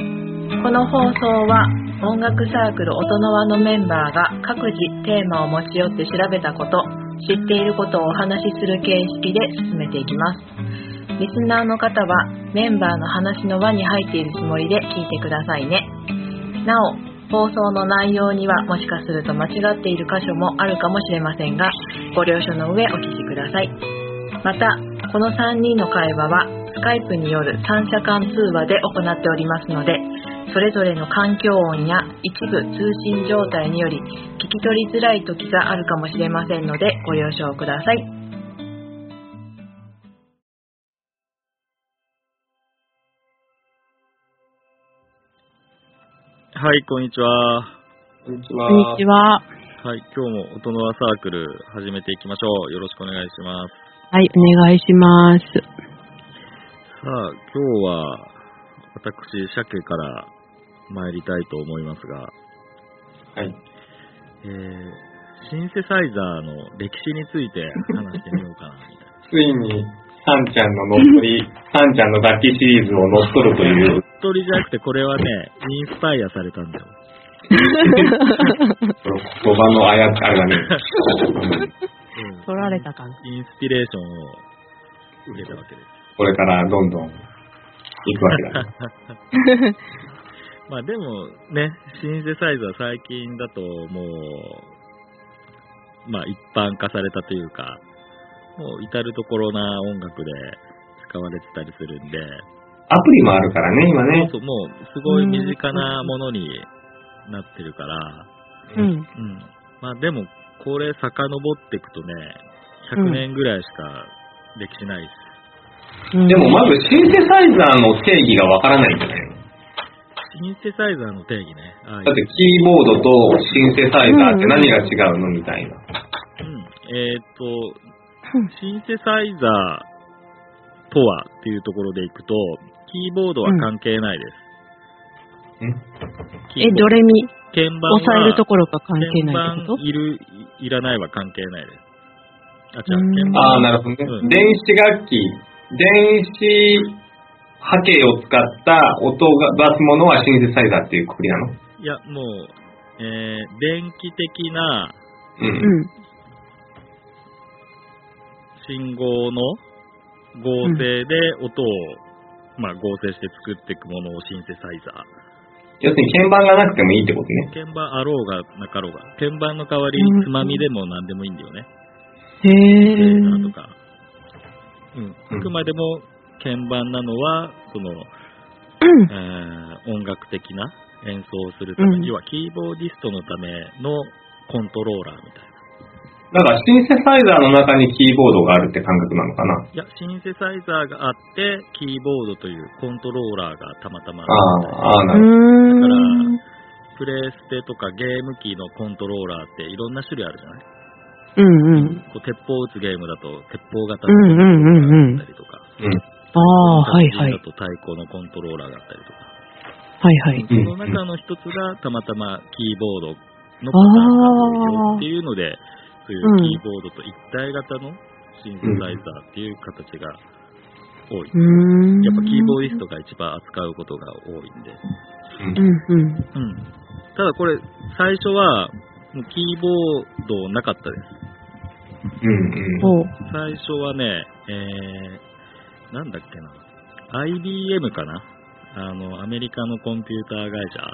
この放送は音楽サークル音の輪のメンバーが各自テーマを持ち寄って調べたこと知っていることをお話しする形式で進めていきますリスナーの方はメンバーの話の輪に入っているつもりで聞いてくださいねなお放送の内容にはもしかすると間違っている箇所もあるかもしれませんがご了承の上お聞きくださいまたこの3人の会話はスカイプによる三者間通話で行っておりますのでそれぞれの環境音や一部通信状態により聞き取りづらい時があるかもしれませんのでご了承くださいはい、こんにちは。こんにちこんには。ちは。はい、今日も音の輪サークル始めていきましょう。よろしくお願いします。はい、お願いします。さあ、今日は私、鮭から参りたいと思いますが、はい。えー、シンセサイザーの歴史について話してみようかな、みたいついに、サンちゃんの乗っ取 り、サンちゃんの楽器シリーズを乗っ取ると いう、な。一人じゃなくて、これ はね、インスパイアされたんだよ。 5番のあや、あれだね。うん取られた感インスピレーションを受けたわけです。これからどんどん、行くわけだね。まあでもね、シンセサイズは最近だともう、まあ一般化されたというか、もう至るところな音楽で使われてたりするんで、アプリもあるからね、今ね。そうもうすごい身近なものになってるから、じ。ううん。ん。まあでも、これ遡っていくとね、100年ぐらいしか歴史ないし、うんでも、まずシンセサイザーの定義がわからないんじゃないのシンセサイザーの定義ね。ああいうだって、キーボードとシンセサイザーって何が違うのみたいな。うん、えーっ、と、シンセサイザーとはっていうところでいくと、キーボードは関係ないです。キーえ、ボードレミ、鍵盤は押さえるところが関係ないって鍵盤こといる、いいらないは関係ないです。あ、じゃあ、うん鍵盤。ああ、なるほどねうん。電子楽器、電子波形を使った音が出すものはシンセサイザーっていうくくりなのいや、もう、えー、電気的なうんうん。信号の合成で音を、まあ、合成して作っていくものをシンセサイザー。要するに鍵盤がなくてもいいってことね。鍵盤あろうがなかろうが。鍵盤の代わりうんにつまみでも何でもいいんだよね。へセーターとか、ー。うん、あくまでも鍵盤なのは、その、えー音楽的な演奏をするため、うん要はキーボーディストのためのコントローラーみたいな。だからシンセサイザーの中にキーボードがあるって感覚なのかな。いや、シンセサイザーがあって、キーボードというコントローラーがたまたまああ、ああ、なうるーん。プレイステとかゲーム機のコントローラーっていろんな種類あるじゃないうんうん。こう鉄砲を撃つゲームだと鉄砲型うのんうんうんコうんントローラーがあったりとか、ああー、はいはい楽器。だと太鼓のコントローラーがあったりとか。はいはい。その中の一つがたまたまキーボードのパターンが多いよっていうので、そういうキーボードと一体型のシンセサイザーっていう形が多い。うーん。やっぱキーボーディストが一番扱うことが多いんで。ほうど。んうん。うん。ただこれ、最初はもうキーボードなかったです。うん、うん、うん。おう。最初はね、えー、なんだっけな。IBM かなあの、アメリカのコンピューター会社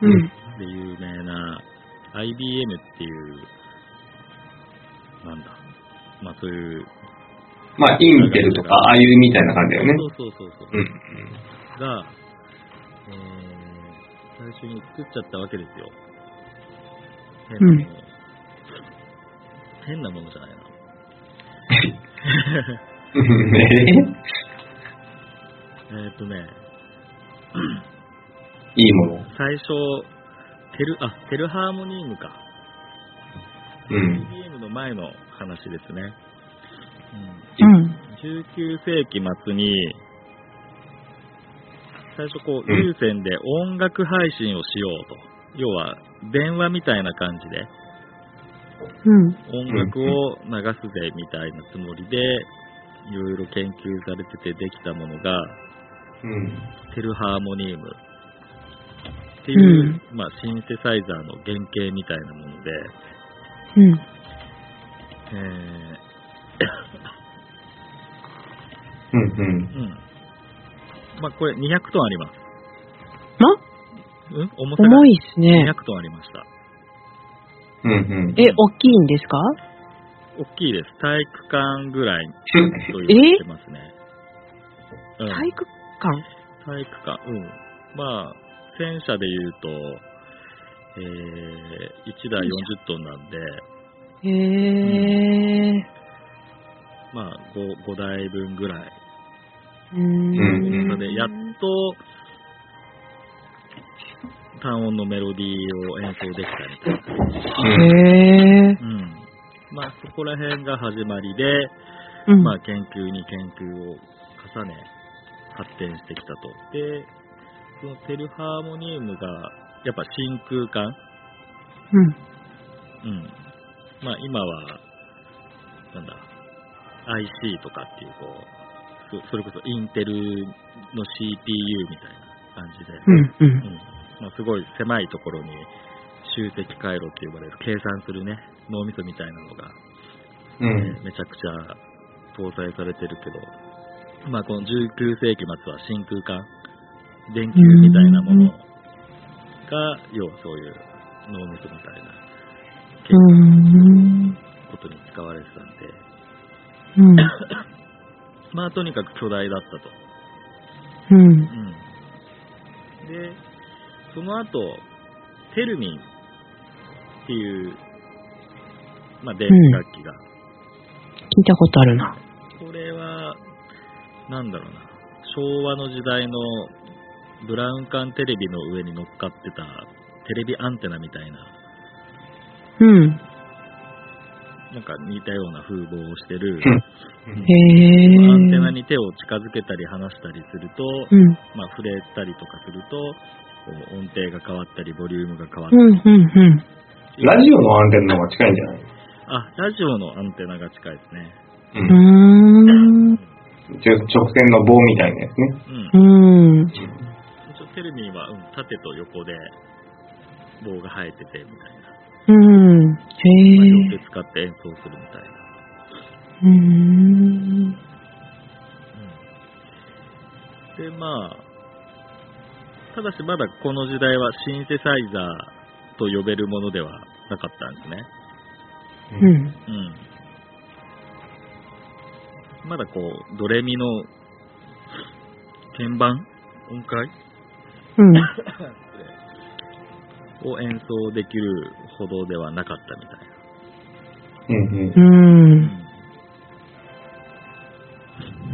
うん。で有名な IBM っていう、なんだ、まあそういう、まあ、インテルとか、ああいうみたいな感じだよね。そうそうそううそんう、が、えー、最初に作っちゃったわけですよ。変なもの、変なものじゃないな。うん。ええーっ、とね、いいもの。最初、テル、あ、テルハーモニウムか。うん。 IBM の前の話ですね。うんうん。 19世紀末に、最初こう、うん有線で音楽配信をしようと。要は、電話みたいな感じで、うん。音楽を流すぜみたいなつもりで、いろいろ研究されててできたものが、うん。テルハーモニウム。っていう、まあ、シンセサイザーの原型みたいなもので、うん。えうんうん。ー うん。まあ、これ200トンあります。あうん重さが重いですね。 200トンありました。うんうん。え、大きいんですか大きいです。体育館ぐらいとえ言われてますね。うん体育館体育館、うん。まあ、戦車で言うと、えー、1台40トンなんで、へえ。まあ5、5台分ぐらい。うーんなので、やっと、単音のメロディーを演奏できたみたいな。うへえ。ん。まあ、そこら辺が始まりで、うん。まあ、研究に研究を重ね、発展してきたと。で、そのテルハーモニウムが、やっぱ真空管うん。うん。まあ今は、なんだ、IC とかっていう、こう、そそれこそインテルの CPU みたいな感じで、うん。うん。うんまあ、すごい狭いところに集積回路って呼ばれる計算するね、脳みそみたいなのが、うん。うん。えーめちゃくちゃ搭載されてるけど、まあこの19世紀末は真空管、電球みたいなものが、要はそういう脳みそみたいな計う算ん。ことに使われてたんで、うん。まあとにかく巨大だったと。うん。うん、で、その後、テルミンっていう、まあ電子楽器が、聞いたことあるな。これは、なんだろうな、昭和の時代のブラウン管テレビの上に乗っかってたテレビアンテナみたいな、うん。なんか似たような風貌をしてる、へえ。アンテナ。に手を近づけたり離したりすると、うん。まあ、触れたりとかすると、こう音程が変わったり、ボリュームが変わっうたり。ん。うん。うん。ラジオのアンテナの方が近いんじゃないあ、ラジオのアンテナが近いですね。ううーん。ん。ちょ直線の棒みたいなやつね。うんう。ん。一応テルミンは、うん、縦と横で棒が生えてて、みたいな。うん。まあ、へ両え。手使って演奏するみたいな。うーん。うん。で、まあ、ただしまだこの時代はシンセサイザーと呼べるものではなかったんですね。うん。うん。まだこう、ドレミの鍵盤音 階うん。を演奏できるほどではなかったみたいな。うんうんう。ん。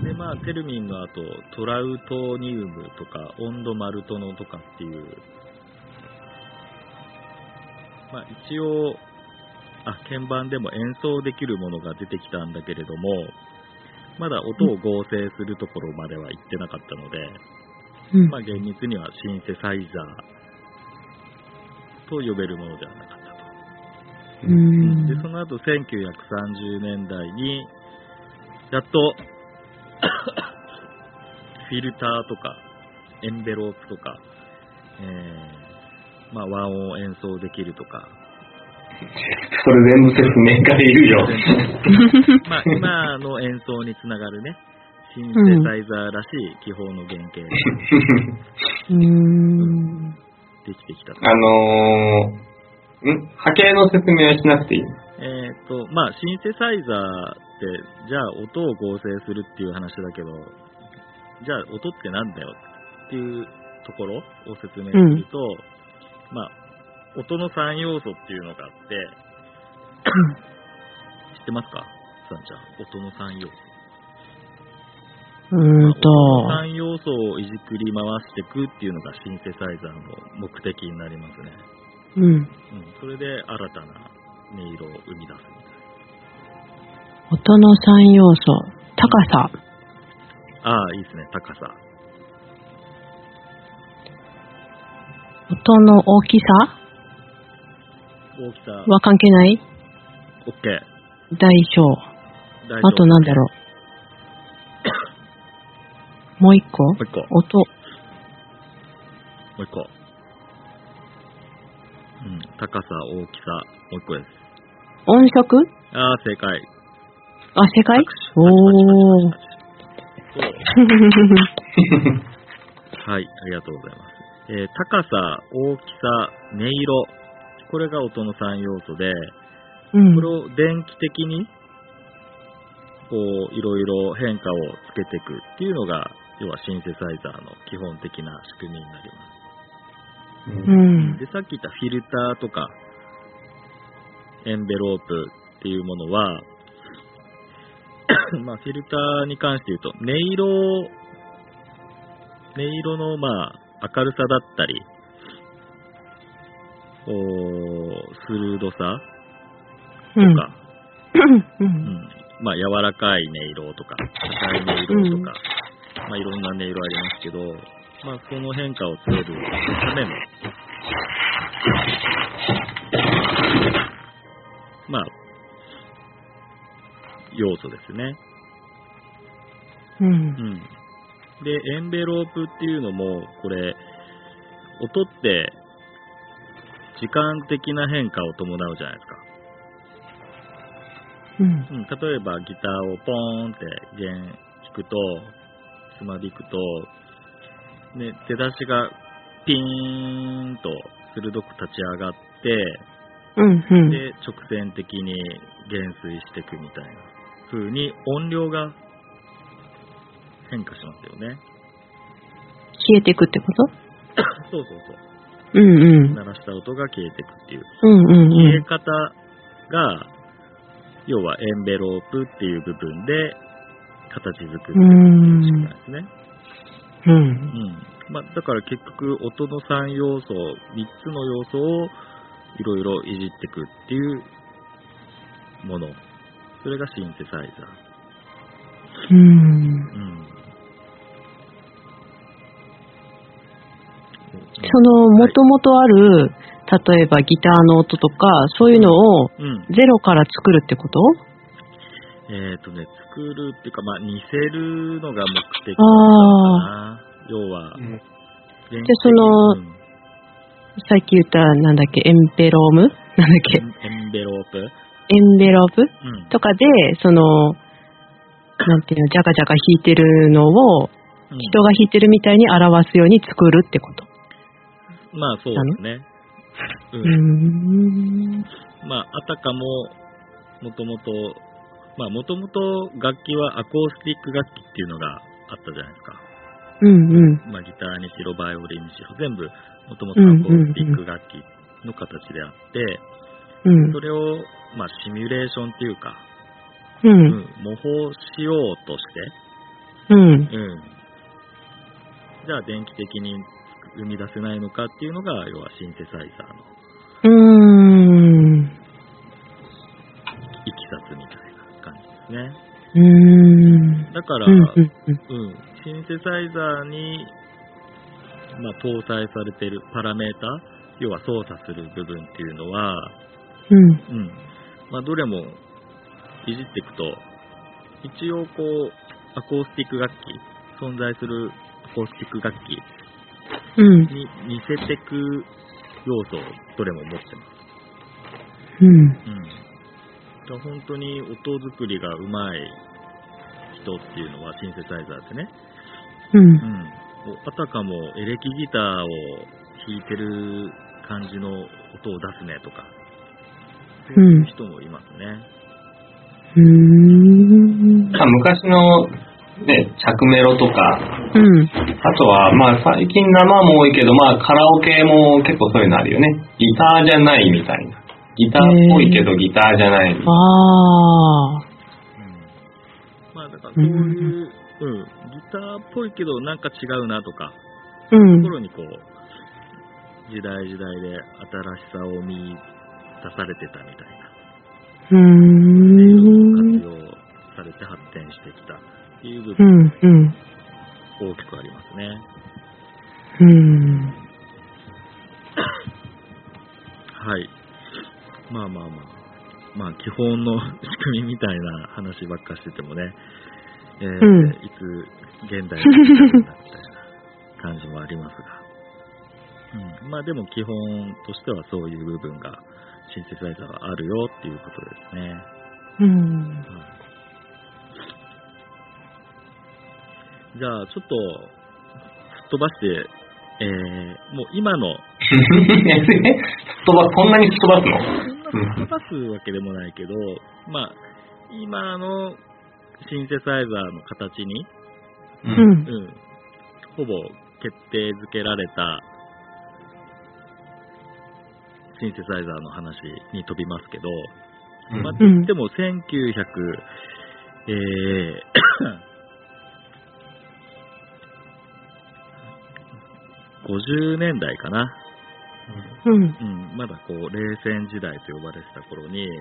で、まあ、テルミンの後、トラウトニウムとか、オンドマルトノとかっていう、まあ、一応、あ、鍵盤でも演奏できるものが出てきたんだけれども、まだ音を合成するところまでは行ってなかったので、うんまあ、厳密にはシンセサイザーと呼べるものではなかったと。うんで、その後1930年代に、やっと、 フィルターとか、エンベロープとか、えーまあ、和音を演奏できると か、それ全部説明がいる よ。まあ、今の演奏につながるね、シンセサイザーらしい技法の原型がうん。できてきたと。あのー、ん波形の説明はしなくていい。えっと、まあ、シンセサイザーって、じゃあ音を合成するっていう話だけど、じゃあ音ってなんだよっていうところを説明すると、まあ、音の3要素っていうのがあって、 知ってますかさんちゃん、音の3要素。うーんと。 3要素をいじくり回していくっていうのがシンセサイザーの目的になりますね。うん。うん、それで新たな音色を生み出すみたいな。音の三要素。高さ。ああ、いいですね、高さ。音の大きさ大きさ、は関係ない OK。大小。大丈夫あとなんだろう。もう一個もう一個、も音。う一個。高さ、大きさ、もう一個です。音色ああ、正解。あ、世界おー。はい、ありがとうございます。えー高さ、大きさ、音色。これが音の3要素で、うんこれ。を電気的に、こう、いろいろ変化をつけていくっていうのが、要はシンセサイザーの基本的な仕組みになります。ううんん。で、さっき言ったフィルターとか、エンベロープっていうものは、 まあ、フィルターに関して言うと、音色を、音色の、まあ、明るさだったり、おー鋭さうとん。か、ううんんまあ、柔らかい音色とか、硬い音色とか、まあ、いろんな音色ありますけど、まあ、その変化をつけるための、まあ、要素ですね。うんう。ん。で、エンベロープっていうのも、これ、音って、時間的な変化を伴うじゃないですか。うん。うん、例えばギターをポーンって弦弾くと、つまびくと、ね、出だしがピーンと鋭く立ち上がって、うん。うん。で、直線的に減衰していくみたいな風に音量が変化しますよね。消えていくってことそうそうそうんうう。ん。鳴らした音が消えていくっていう。うんうん消えう方が、要はエンベロープっていう部分で形作っていく仕組みなんですね。ん。うん。うんまあ、だから結局音の3要素3つの要素をいろいろいじっていくっていうものそれがシンセサイザうー、んうん、その、もともとある、例えばギターの音とか、そういうのうをんゼロから作るってことえっ、とね作るっていうかまあ似せるのが目的かああ。な要はうんでそのさっき言った、なんだっけ、エンベロームなんだっけ、エンベロープ、エンベローブうんとかで、その、なんていうの、ジャカジャカ弾いてるのうを、ん人が弾いてるみたいに表すように作るってこと。まあそうですね、ううんーん。まあ、あたかも、もともと、まあ、もともと楽器はアコースティック楽器っていうのがあったじゃないですか。うんうん。まあ、ギターにしろ、バイオリンにしろ、全部、もともとアコースティック楽器の形であって、うんそ。れを、まあ、シミュレーションっていうか、う。うんん、模倣しようとしうん。て、うん。じゃあ、電気的に生み出せないのかっていうのが、要はシンセサイザーのうーん。いきさつみたいな感じですね。うーん。だから、うんうんうんうん、シンセサイザーに、まあ、搭載されているパラメータ、要は操作する部分っていうのは、うん。うんまあ、どれもいじっていくと、一応こう、アコースティック楽器、存在するアコースティック楽器うん。に似せていく要素をどれも持ってます。ううん。ん、だから本当に音作りがうまい人っていうのはシンセサイザーってね、うんう。ん、もうあたかもエレキギターを弾いてる感じの音を出すねとか、そううんいう人もいますね。うーん。昔の、ね、着メロとか、うん。あとは、まあ最近生も多いけど、まあカラオケも結構そういうのあるよね。ギターじゃないみたいな。ギターっぽいけどギターじゃないみ たいな。あうん、あ。まあだからそういう、うん、ギターっぽいけどなんか違うなとか、うんとこ。ろにこう、時代時代で新しさを見出されてたみたいな。うーん。活用されて発展してきたっていう部う分ん。うん。大きくありますね。うん。はい。まあまあまあ。まあ基本の仕組みみたいな話ばっかしててもね、えーうんいつ現代になるんだみたいな感じもありますが。うん、まあでも基本としてはそういう部分が、シンセサイザーがあるよっていうことですね。うん。はいじゃあ、ちょっと、吹っ飛ばして、えー、もう今の、えすっ飛ばす、そんなにすっ飛ばすのそんな吹っ飛ばすわけでもないけど、まあ、今のシンセサイザーの形に、ううんん。うん、ほぼ決定づけられたシンセサイザーの話に飛びますけど、まあ、うといっても1900、えー 50年代かな、うん。うん、まだこう冷戦時代と呼ばれてた頃に、はんい。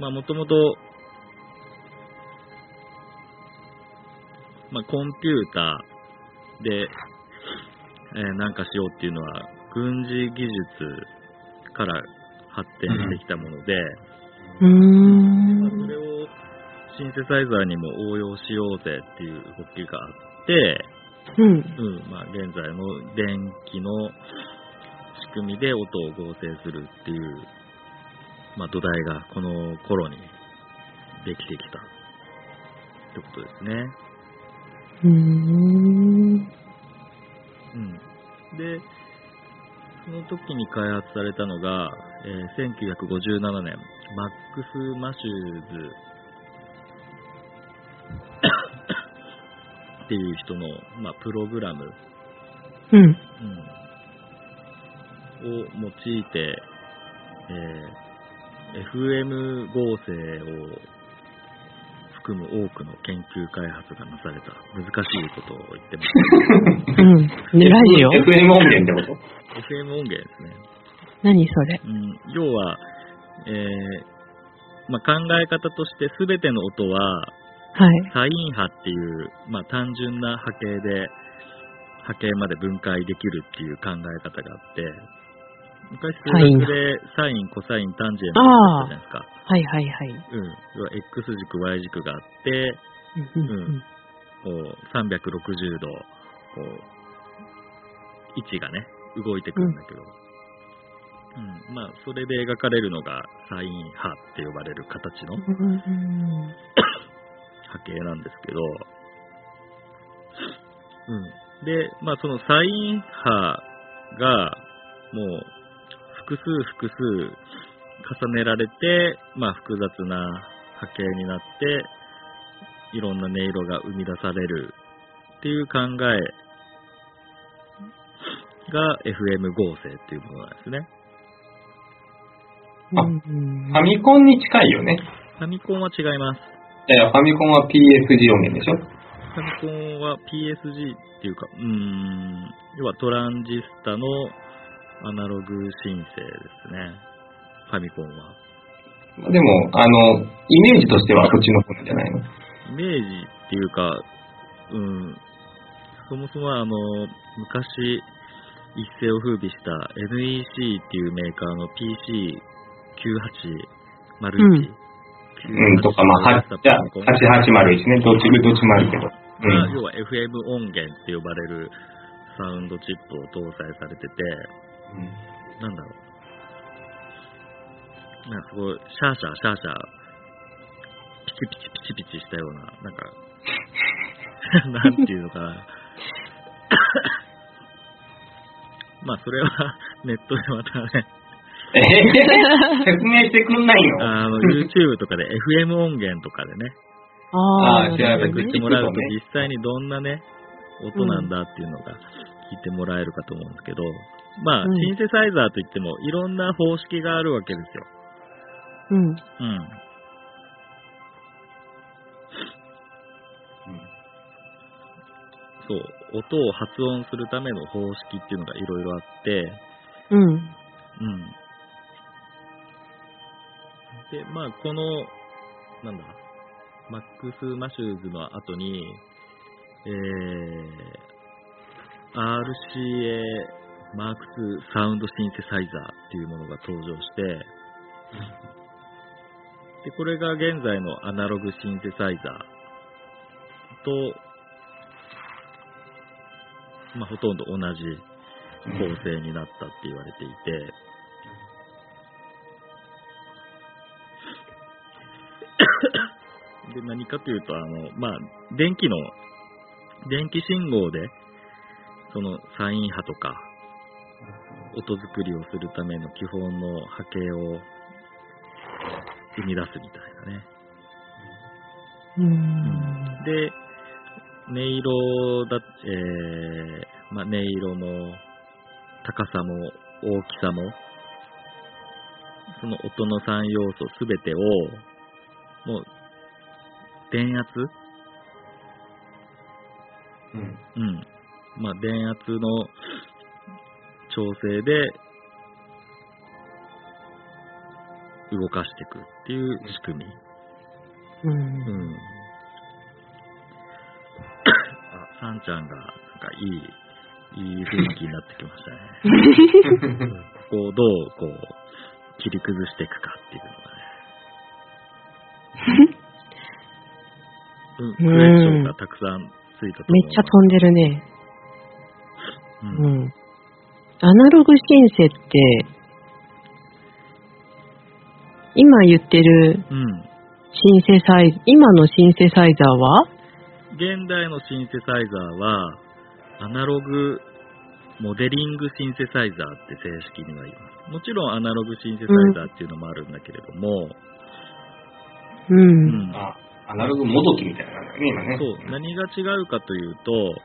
まあ、もともと、まあ、コンピューターで、えーなんかしようっていうのは、軍事技術から発展してきたもので、うーまあ、それん。をシンセサイザーにも応用しようぜっていう動きがあって、うん。うん、まあ、現在の電気の仕組みで音を合成するっていう、まあ、土台がこの頃にできてきたってことですね。うーん。うん。で、その時に開発されたのが、えー1957年、マックス・マシューズっていう人の、まあ、プログラムうん。うん、を用いて、えー FM 合成を含む多くの研究開発がなされた難しいことを言ってますうん。ねラジオ FM 音源ってこねと FM 音源ですね、何それうん、要は、えーまあ、考え方として全ての音ははい。多音波っていう、まあ、単純な波形で波形まで分解できるっていう考え方があって昔数学でサイン、コサイン、タンジェントああってあったじゃないですか。はいはいはい。うん。要は X 軸、Y 軸があって、うんうんこううん360度、こう、位置がね、動いてくるんだけど、うん、まあ、それで描かれるのがサイン波って呼ばれる形のうん波形なんですけど、うん。で、まあそのサイン波が、もう、複数複数重ねられて、まあ複雑な波形になって、いろんな音色が生み出されるっていう考えが FM 合成っていうものなんですね。うんファミコンに近いよね。ファミコンは違います。いや、ファミコンは PSG 音源でしょファミコンは PSG っていうか、うーん、要はトランジスタのアナログ申請ですね。ファミコンは。でも、あの、イメージとしてはこっちの方なんじゃないのイメージっていうか、うん、そもそもあの、昔一世を風靡した NEC っていうメーカーの PC9801、うん、とか、まあ、はじゃあ8801ね、どっちどっちもあるけど。うがん。要は FM 音源って呼ばれるサウンドチップを搭載されてて、なんだろう。なんかすごい、シャーシャー、シャーシャー、ピチピチピチピチしたような、なんか、 なんていうのかな。 まあ、それはネットでまたね、えへへ説明してくんないのあの、YouTube とかで FM 音源とかでね、あああ、ーなる検ほど索してもらねうと聞くとね実際にどんなね、音なんだっていうのが聞いてもらえるかと思うんですけど、まあ、うんシンセサイザーといってもいろんな方式があるわけですよ。うん。うん。そう、音を発音するための方式っていうのがいろいろあって、うん。うん。で、まあ、この、なんだ、マックス・マシューズの後に、えー、RCA マーク2サウンドシンセサイザーっていうものが登場して、で、これが現在のアナログシンセサイザーと、まあ、ほとんど同じ構成になったって言われていて、で、何かというと、あの、まあ、電気の、電気信号で、そのサイン波とか、音作りをするための基本の波形を生み出すみたいなね。ううんん。で、音色だ、えー、まあ、音色の高さも大きさも、その音の3要素すべてを、もう、電圧うん。うん。まあ、電圧の調整で、動かしていくっていう仕組み。うんうん。あ、サンちゃんが、なんかいい、いい雰囲気になってきましたね。 うんここをどう、こう、切り崩していくかっていうの がね。うん、クエスチョンがたくさんついたと思めいっますちゃ飛んでるね。う。うんん。アナログシンセって、今言ってるうん。シンセサイ、今のシンセサイザーは現代のシンセサイザーは、アナログモデリングシンセサイザーって正式には言います。もちろんアナログシンセサイザーっていうのもあるんだけれども、ううんん。あ、アナログもどきみたいなのだね、今ね。そう、何が違うかというと、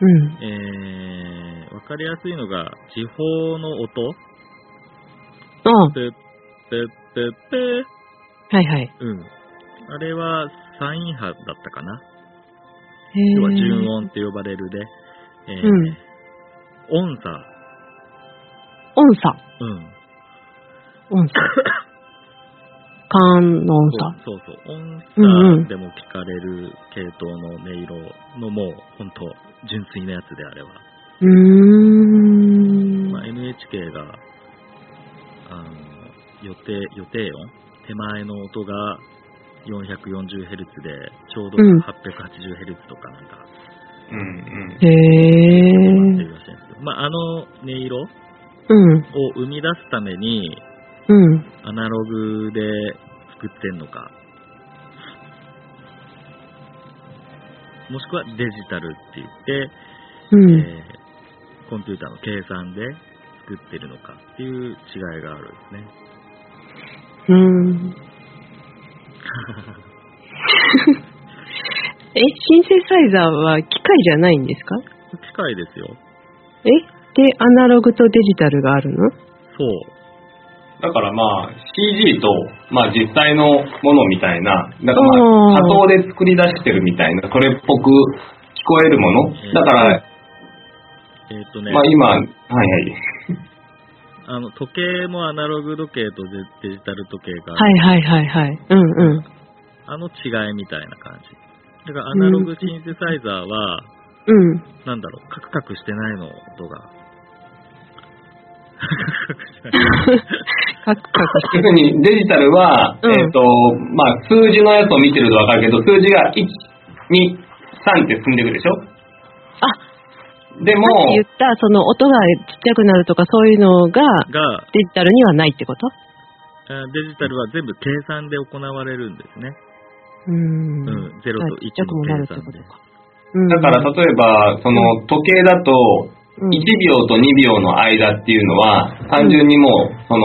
うん。えー、わかりやすいのが、地方の音、あはペッペッペッペーいはい。うん。あれは、サイン波だったかな。へー要は純音って呼ばれるで、えーうん音差、音差。うん。音差。感の音差。そうそうそう。うんう音ん差でも聞かれる系統の音色のもう、ほんと、純粋なやつであれば。うーん。まあ、NHK が、あの、予定、予定音手前の音が 440Hz で、ちょうどうん 880Hz とかなんか、うんうん。へなってえ。るらしいんですけど、まあ、あの音色をうん。生み出すために、うん。アナログで作ってんのか、もしくはデジタルって言って、うん。えーコンピューターの計算で作ってるのかっていう違いがあるんです ね。うん。え、シンセサイザーは機械じゃないんですか機械ですよ。えで、アナログとデジタルがあるのそう。だからまあ CG と、まあ、実際のものみたいな、だからうまんあ仮想で作り出してるみたいな、それっぽく聞こえるものん。だから、えっ、とね、まあ今、はいはい。あの、時計もアナログ時計とデデジタル時計がある、はいはいはいはい。うんうん。あの違いみたいな感じ。だからアナログシンセサイザーは、うん。なんだろう、カクカクしてないの、音が。カクカクし要すてる。るにデジタルは、うんえっ、と、まあ数字のやつを見てるとわかるけど、数字が1、2、3って進んでいくでしょあ、でも、さっき言った、その音がちっちゃくなるとかそういうのがが、デジタルにはないってことあデジタルは全部計算で行われるんですね。うーん。うん、0とちっちゃ1くもなるのって計こ算とで。か。うんだから例えば、その時計だと、うん1秒と2秒の間っていうのは、単純にもう、その、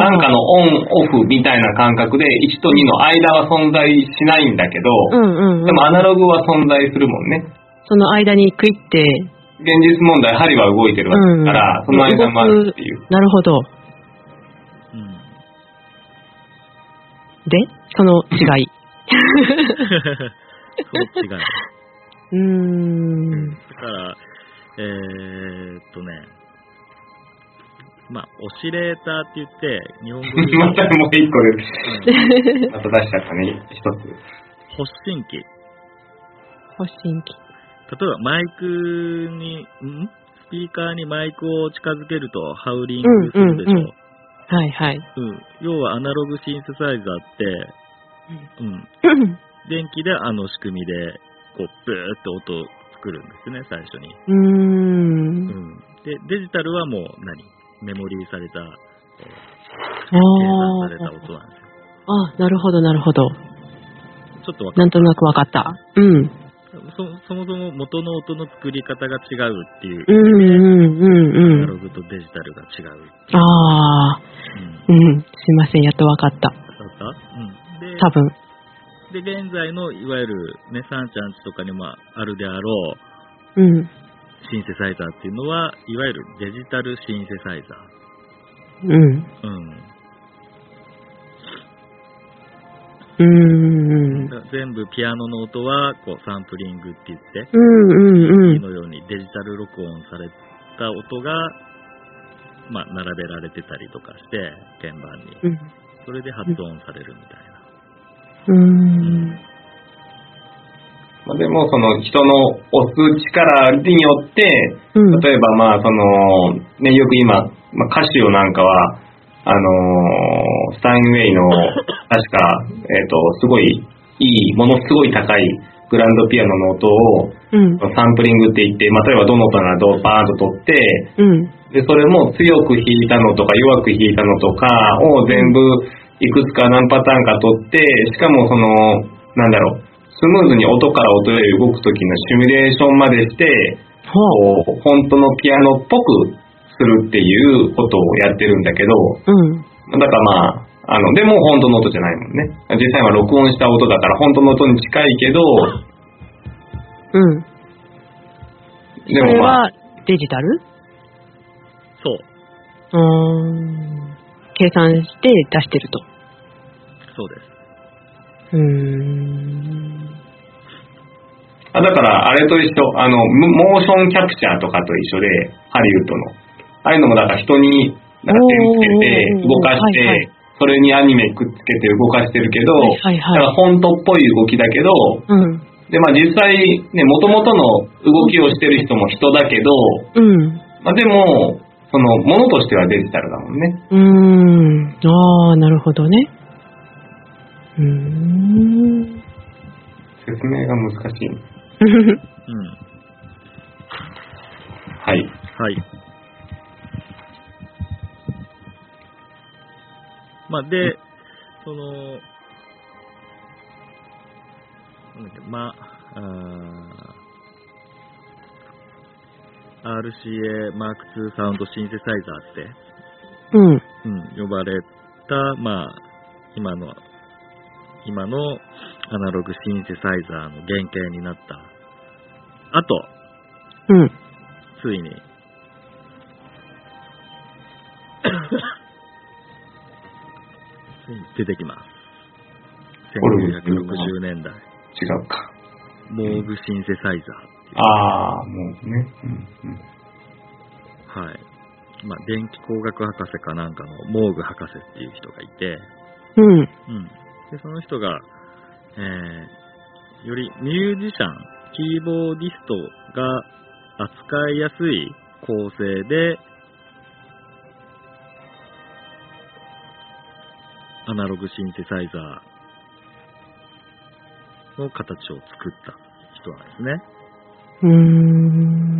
あーなんかのオン、オフみたいな感覚で、1と2の間は存在しないんだけうど、んうんうんで。もアナログは存在するもんね。その間にクイって、現実問題、針は動いてるわけだから、そうんの間もあるっていう。なるほど。うん。で、その違い。そう違う。うーん。だから、 えー、っとね、まあ、オシレーターって言って、日本語で言 まう とたもう一個でうんす。また出しちゃったね、一つ。発信機。例え発信機。ばマイクに、んスピーカーにマイクを近づけるとハウリングするでしょ。うんうんうんはいはい。うん、要はアナログシンセサイザーって、うん、電気であの仕組みで、こう、ブーって音を作るんですね、最初に。うーん。。うんん、でデジタルはもう何メモリーされたこう計算されたあ音なんですよあ。あ、なるほど、なるほど。ちょっとわかなるんとなくわかった。うん。そそもそも元の音の作り方が違うっていううん、うん、アうん、ナうロん。グとデジタルが違う、ああ。うん、だっうん。すいません、やっとわかった。た、うん、で多分。で、現在のいわゆるね、サンちゃんちとかにもあるであろううん。シンセサイザーっていうのは、いわゆるデジタルシンセサイザうん。ー。うん。うーん。だから全部ピアノの音は、こう、サンプリングって言って、うんうんう今ん。のようにデジタル録音された音が、まあ、並べられてたりとかして、鍵盤に。それで発音されるみたいな。うん。まあでも、その人の押す力によって、うん。例えばまあ、その、ね、よく今、まあ、歌手をなんかは、あのースタインウェイの、確か、えっ、と、すごい、いい、ものすごい高いグランドピアノの音を、うん。サンプリングって言って、まあ、例えばどの音などをバーンと取って、うん。で、それも強く弾いたのとか弱く弾いたのとかを全部いくつか何パターンか取って、しかもその、なんだろう、スムーズに音から音へ動くときのシミュレーションまでして、ほう。こう、本当のピアノっぽくするっていうことをやってるんだけど、うん。だからまあ、あの、でも本当の音じゃないもんね。実際は録音した音だから本当の音に近いけど、うん。そでもれまあ、はデジタルそう。うーん。計算して出してると。そうです。うーん。あだから、あれと一緒、あの、モモーションキャプチャーとかと一緒で、ハリウッドの。ああいうのも、だから人に、なんか点つけておー、動かして、はいはいそれにアニメくっつけて動かしてるけど、はいはいだかはらい。本当っぽい動きだけど、うん。で、まあ実際、ね、元々の動きをしてる人も人だけど、うん。まあでも、その、ものとしてはデジタルだもんね。うーん。ああ、なるほどね。うーん。説明が難しい。うん。ははい。い。まあ、で、その、なんだっけまあ、あー RCA Mark II サウンドシンセサイザーって、うん。うん、呼ばれた、まあ、今の、今のアナログシンセサイザーの原型になった。あと、うん。ついに。ついに出てきます。ゴルフ1960年代、違うか。モーグシンセサイザああ、もうね。うんうんー。はい。まあ、電気工学博士かなんかのモーグ博士っていう人がいて、うん。うん。で、その人が、えー、よりミュージシャン、キーボーディストが扱いやすい構成で、アナログシンセサイザーの形を作った人なんですね。うーん。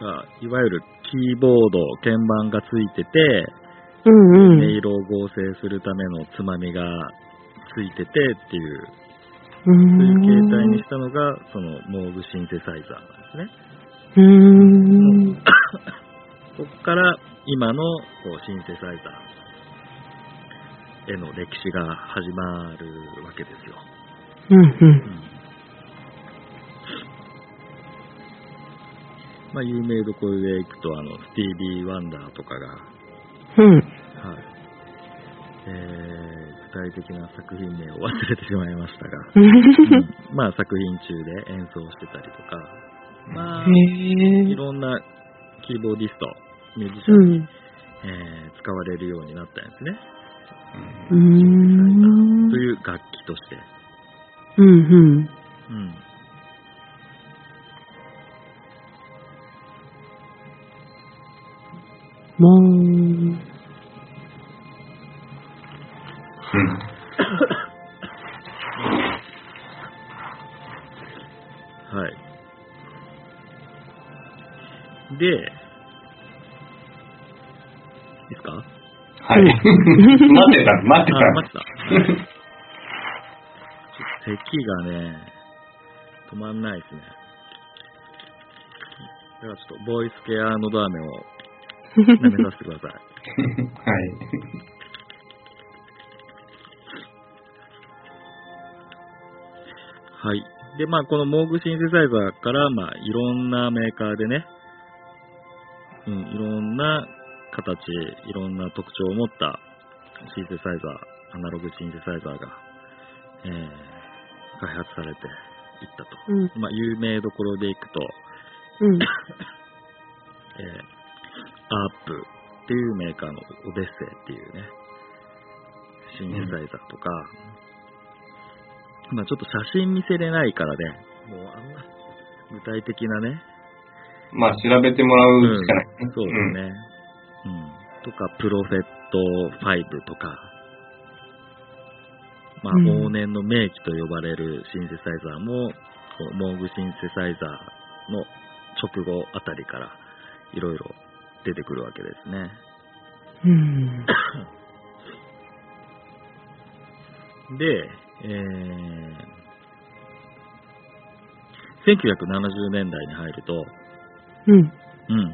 がいわゆるキーボード、鍵盤がついてて、うん音うん。色を合成するためのつまみがついててっていううといー。うん形態にしたのが、そのモーグシンセサイザーなんでうすーん。ね。そこから今のこうシンセサイザーへの歴史が始まるわけですよ。うんうん。まあ、有名どころでいくと、あの、スティービー・ワンダーとかが、はい、うん。えー、具体的な作品名を忘れてしまいましたが、うんまあ、作品中で演奏してたりとか、まあ、いへえ。ろんなキーボーディスト、ミュージシャうンに、ん。えー使われるようになったんですね。うーんと。いう楽器として。うんうん。うん。もう。うんはい。で、いいですかは い。待ってた、待ってあ、待ってた。 た。咳がね、止まんないですね。ではちょっと、ボイスケアのど飴を舐めさせてください。はい。はい。で、まあ、このモーグシンセサイザーから、まあ、いろんなメーカーでね、うん、いろんな形、いろんな特徴を持ったシンセサイザー、アナログシンセサイザーが、えー開発されていったと。うんまあ、有名どころでいくと、うえんーアープっていうメーカーのオデッセイっていうね、シンセサイザーとか、まあちょっと写真見せれないからね、もうあんま具体的なね、まあ、調べてもらうしかないね。そうですね、うん、とか、プロフェット5とか、まあ、うん往年の名機と呼ばれるシンセサイザーも、こうモーグシンセサイザーの直後あたりから、いろいろ出てくるわけですね。う んで、えー1970年代に入ると、うんうん。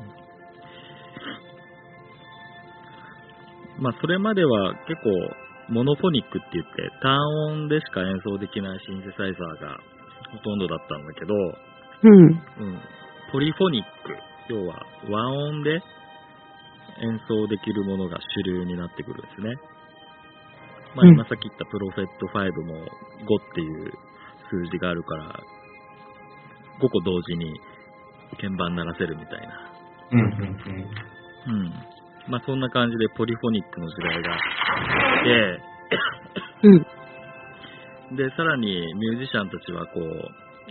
まあ、それまでは結構、モノフォニックって言って、単音でしか演奏できないシンセサイザーがほとんどだったんだけど、うんうん、ポリフォニック、要は和音で演奏できるものが主流になってくるんですね。まあ、うん今さっき言ったプロフェット5も5っていう数字があるから、5個同時に鍵盤鳴らせるみたいな。うんうんうん。うん。まあ、そんな感じでポリフォニックの時代が来て、うんで、さらにミュージシャンたちはこう、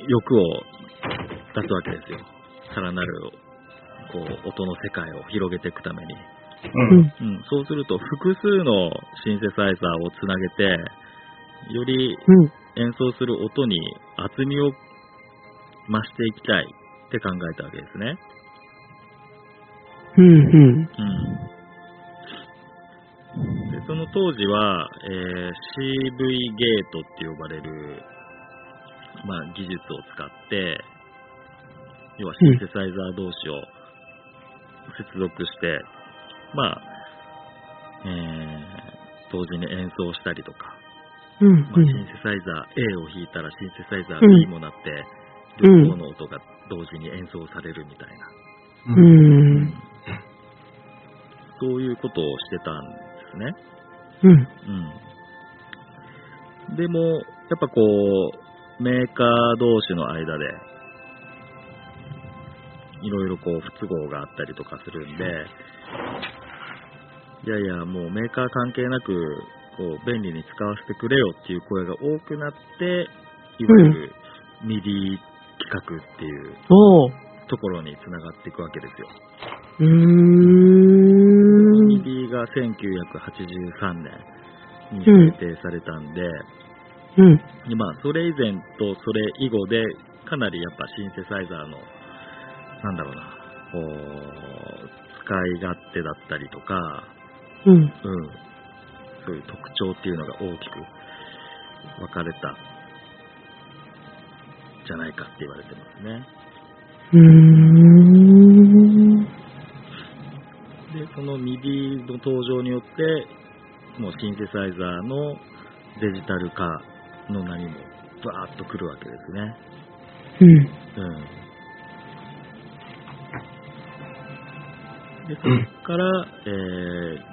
欲を出すわけですよ。さらなる、こう、音の世界を広げていくために。うん。うんうん、そうすると複数のシンセサイザーをつなげて、よりうん演奏する音に厚みを増していきたいって考えたわけですね。うんうんうんでその当時は、えー CV ゲートって呼ばれる、まあ、技術を使って、要はシンセサイザー同士を接続して、まあ、えー同時に演奏したりとか、うんまあシンセサイザー A を弾いたらシンセサイザー B もなって、うん両方の音が同時に演奏されるみたいな。ううんんそういうことをしてたんですね。うんうん。でも、やっぱこう、メーカー同士の間で、いろいろこう、不都合があったりとかするんで、いやいや、もうメーカー関係なく、こう、便利に使わせてくれよっていう声が多くなって、いわゆる、ミディ企画っていうおうところに繋がっていくわけですよ。うーんミディが1983年に制定されたんで、うんでまあ、それ以前とそれ以後で、かなりやっぱシンセサイザーの、なんだろうな、こう、使い勝手だったりとか、うんうん、そういう特徴っていうのが大きく分かれた、じゃないかって言われてますね。うーんで、そのミディの登場によって、もうシンセサイザーのデジタル化の波もバーッと来るわけですね。うんうんで、そこから、えー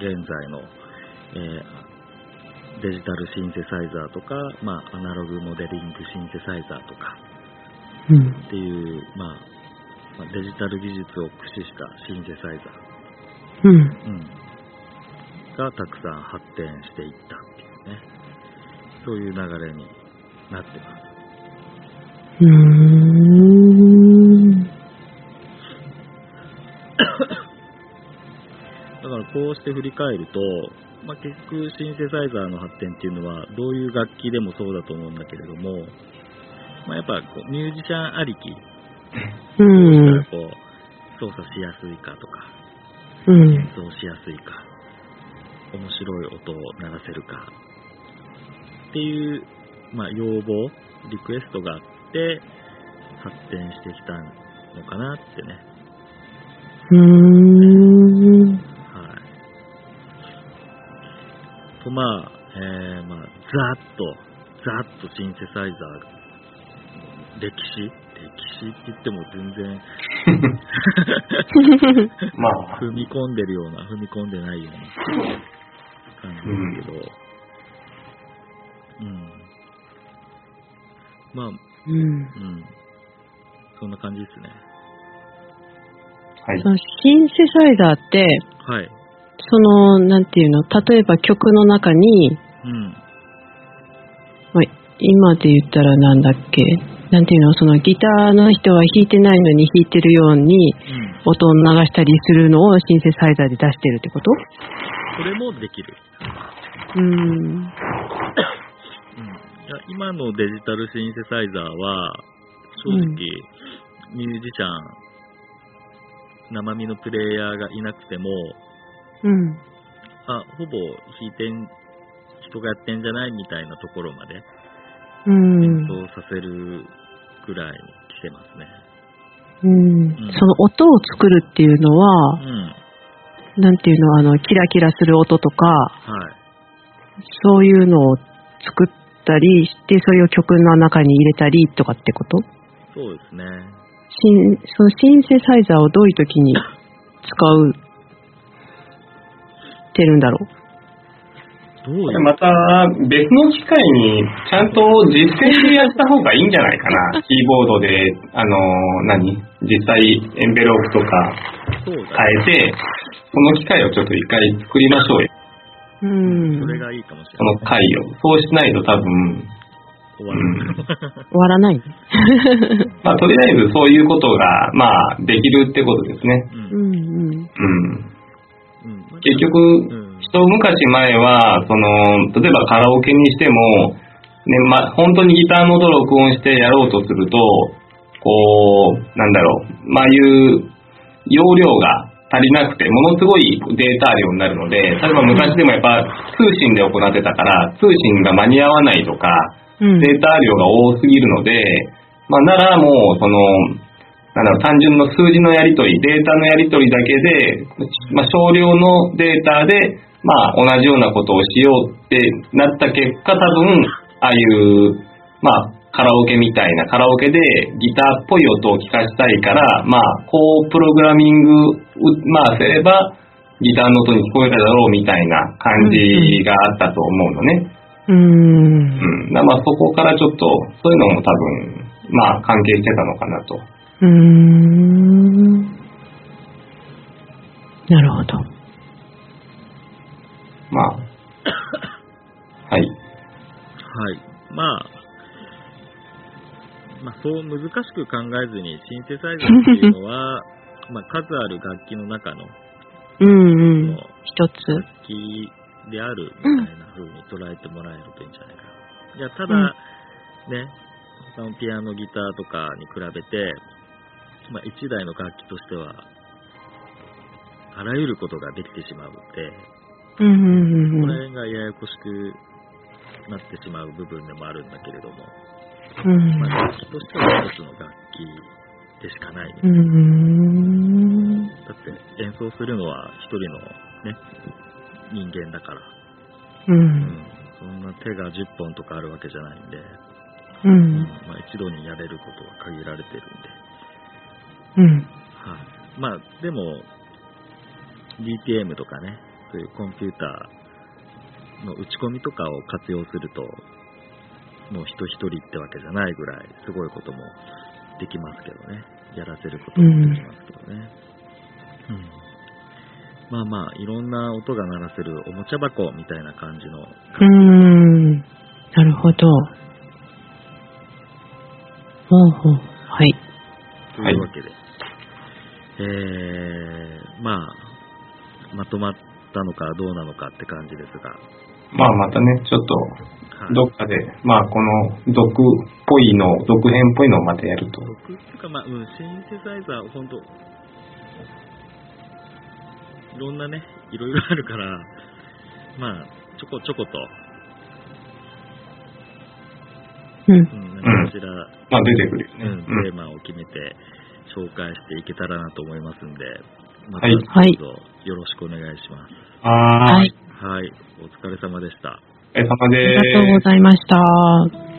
現在の、えーデジタルシンセサイザーとか、まあ、アナログモデリングシンセサイザーとかうんっていう、まあ、まあデジタル技術を駆使したシンセサイザうんー、うんがたくさん発展していったっていうね、そういう流れになってます。うーんだからこうして振り返ると、まあ、結局シンセサイザーの発展っていうのはどういう楽器でもそうだと思うんだけれども、まあ、やっぱこうミュージシャンありきうんこう操作しやすいかとか、うん。演奏しやすいか、面白い音を鳴らせるか、っていう、まあ、要望、リクエストがあって、発展してきたのかなってね。うーん。はい。と、まあ、えー、まあ、ざーっと、ざーっとシンセサイザー、歴史歴史って言っても全然まあ、踏み込んでるような、踏み込んでないような感じですけど、うん。まあ、うん。うん。そんな感じですね。はいそ。のシンセサイザーって、はい。その、なんていうの、例えば曲の中に、うん。まあ、今で言ったらなんだっけ、なんていうの、そのギターの人は弾いてないのに弾いてるよううにん。音を流したりするのをシンセサイザーで出してるってことそれもできる。うん。うん、いや今のデジタルシンセサイザーは、正直、ミュージシャン、生身のプレイヤーがいなくても、うん。あ、ほぼ弾いてん、人がやってんじゃないみたいなところまでうん演。奏させるぐらいに来てますね。うん。その音を作るっていうのうは、ん。なんていうの、あの、キラキラする音とか、はい。そういうのを作ったりして、それを曲の中に入れたりとかってことそうですね。シンそのシンセサイザーをどういう時に使うってるんだろうどういこれう、また別の機会にちゃんと実践でやった方がいいんじゃないかな。キーボードで、あの、何実際エンベロープとかそうだ、変えて、この機会をちょっと一回作りましょうよ。うそん。れがいいかもしれこなのい。回を。そうしないと多分、終わる。終わらない。まあとりあえずそういうことが、まあできるってことですね。 うんう。んううん。うんん。結、う局、ん。一昔前は、その、例えばカラオケにしても、ね、ま、本当にギターの音を録音してやろうとすると、こう、なんだろう、まあいう、容量が足りなくて、ものすごいデータ量になるので、例えば昔でもやっぱ通信で行ってたから、通信が間に合わないとか、うん。データ量が多すぎるので、まあ、ならもう、その、なんだろう、単純の数字のやり取り、データのやり取りだけで、まあ、少量のデータで、まあ、同じようなことをしようってなった結果、多分、ああいう、まあ、カラオケみたいな、カラオケでギターっぽい音を聞かしたいから、まあ、こうプログラミングを、まあ、すれば、ギターの音に聞こえただろうみたいな感じがあったと思うのね。うん。うん。だまあそこからちょっと、そういうのも多分、まあ関係してたのかなと。うん。なるほど。まあ。 ははい。い。まあ、まあ、そう難しく考えずに、シンセサイザーっていうの は、まあ、数ある楽器の中の、うんうんも。一つ。う楽器であるみたいな風に捉えてもらえるといいんじゃないかな。いや、ただ、うんね、他のピアノ、ギターとかに比べて、まあ、一台の楽器としては、あらゆることができてしまうので、うんうんこうんれがややこしくなってしまう部分でもあるんだけれども、うんまあ、楽器としては一つの楽器でしかない、うだん。って演奏するのは一人のね人間だから、う。うんん、そんな手が10本とかあるわけじゃないんで、ううんん。まあ、一度にやれることは限られてるんで、うん。はい、まあでも DTM とかねそういうコンピューターの打ち込みとかを活用するともう人一人ってわけじゃないぐらいすごいこともできますけどねやらせることもできますけどね、うんまあまあいろんな音が鳴らせるおもちゃ箱みたいな感じのうーん。なるほど。ほうほう。はい。というわけで、えー、まあまとまったのかどうなのかって感じですがまあまたね、ちょっはいと、どっかで、まあこの、毒っぽいの、毒編っぽいのをまたやると。僕っていうか、まあ、うん、シンセサイザー、ほんと、いろんなね、いろいろあるから、まあ、ちょこちょこと、うん。うん、何かしら、まあ出てくるよね。う、うんん。テーマを決めて紹介していけたらなと思いますんで、またはいはいどうぞよろしくお願いします。はーはいい。。はい、お疲れ様でした。お疲れ様あでりすがとうございました。は